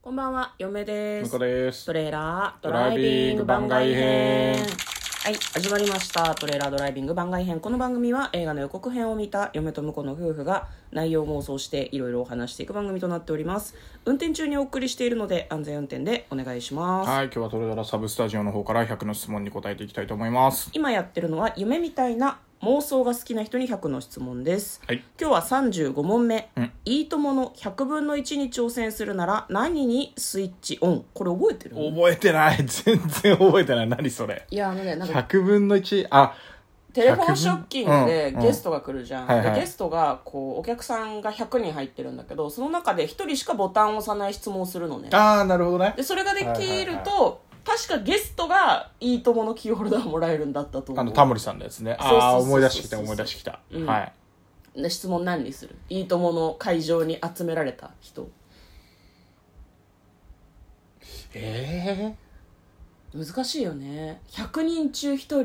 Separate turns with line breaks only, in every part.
こんばんは、嫁で
向
す
こ。です
トレーラード
ド
ラ
ラ
イ
イ
ビ
ビ
ン
ン
グ
グ
番
番
外
外
編
編。
はい、始まりました。トレーラードライビング番外編。この番組は映画の予告編を見た嫁と婿の夫婦が内容妄想していろいろお話していく番組となっております。運転中にお送りしているので安全運転でお願いします。
はい今日はトレドラサブスタジオの方から100の質問に答えていきたいと思います
今やってるのは夢みたいな妄想が好きな人に100の質問です。
はい
今日は35問目、
うん
いいともの100分の1に挑戦するなら何にスイッチオンこれ覚えてる
覚えてない 全然覚えてない何それ
いやあのねなんか
100分の1あ
テレフォンショッキングで
うん
ゲストが来るじゃん、
はいはい
でゲストがこうお客さんが100人入ってるんだけどその中で1人しかボタンを押さない質問をするのね
あーなるほどね
でそれができると、
は
確かゲストが「いいとも」のキーホルダーもらえるんだったと思う
あのタモリさんのやつね
そうそうそう
ああ
そう
ー思い出してきた思い出してきた、
うん
はい
で質問何にする「いいとも」の会場に集められた人
え
難しいよね100人中1人
え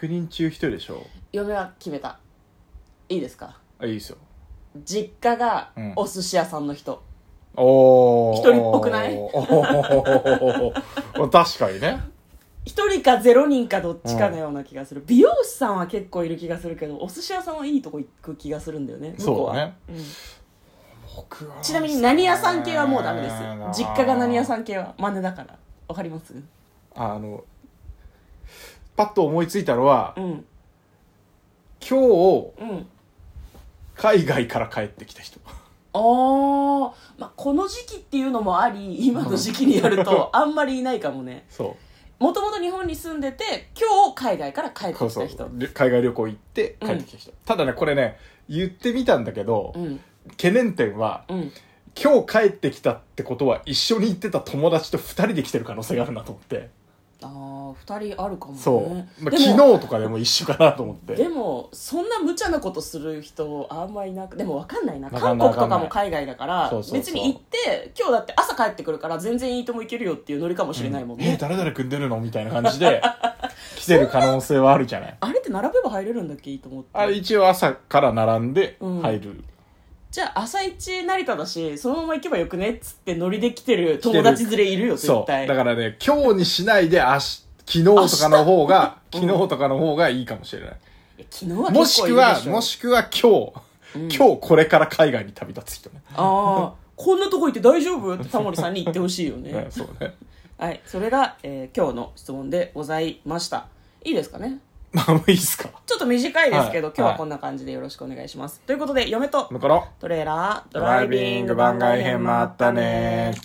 100人中1人でしょ
嫁は決めたいいですか
あいいですよ
実家が
うん
お寿司屋さんの人、
おお
一人っぽくない
おー 確かにね
一人かゼロ人かどっちかのような気がする、美容師さんは結構いる気がするけどお寿司屋さんはいいとこ行く気がするんだよね向こ
そう
は
だね
うん
僕は
ちなみに何屋さん系はもうダメです実家が何屋さ
ん
ん系は真似だからわかります
あのパッと思いついたのは
うん
今日
うん
海外から帰ってきた人
あー、まあこの時期っていうのもあり今の時期にやるとあんまりいないかもね
そ
もともと日本に住んでて今日海外から帰って
うそう
き
そ
た
う
人
で海外旅行行って帰ってきた人、ただねこれね言ってみたんだけど、
うん
懸念点は
うん
今日帰ってきたってことは一緒に行ってた友達と2人で来てる可能性があるなと思って、
あー2人あるかもね
そう、まあ、
で
昨
も
日とかでも一緒かなと思って
でもそんな無茶なことする人あんまいなくでも分かんないな
わか
韓
んない
国とかも
わか
海外だから
そうそうそう
別に行って今日だって朝帰ってくるから全然いいとも行けるよっていうノリかもしれないもん
うん
ね
え、誰々組んでるのみたいな感 じで来てる可能性はあるじゃない
あれって並べば入れるんだっけいいと思って
あれ一応朝から並んで
うん
入る、
じゃあ朝一成田だしそのまま行けばよくねっつってノリで来てる友達連れいるよ
そ
絶
うだ
対
からね今日にしないで明日昨日とかの方が
明
昨
日
日とかの方がいいかもしれない
いや昨日は結構
もしく
いる
は
でしょ
もしくは今日、
うん
今日これから海外に旅立つ人ね、
ああこんなとこ行って大丈夫ってタモリさんに言ってほしいよ
う
ね
んそうね
はいそれが、えー今日の質問でございましたいいですかね
まあもういいっすか
ちょっと短いですけど、
はい
今日はこんな感じでよろしくお願いします。ということで、嫁と
だから
トレーラー、ド
ドライビング番外編もあったね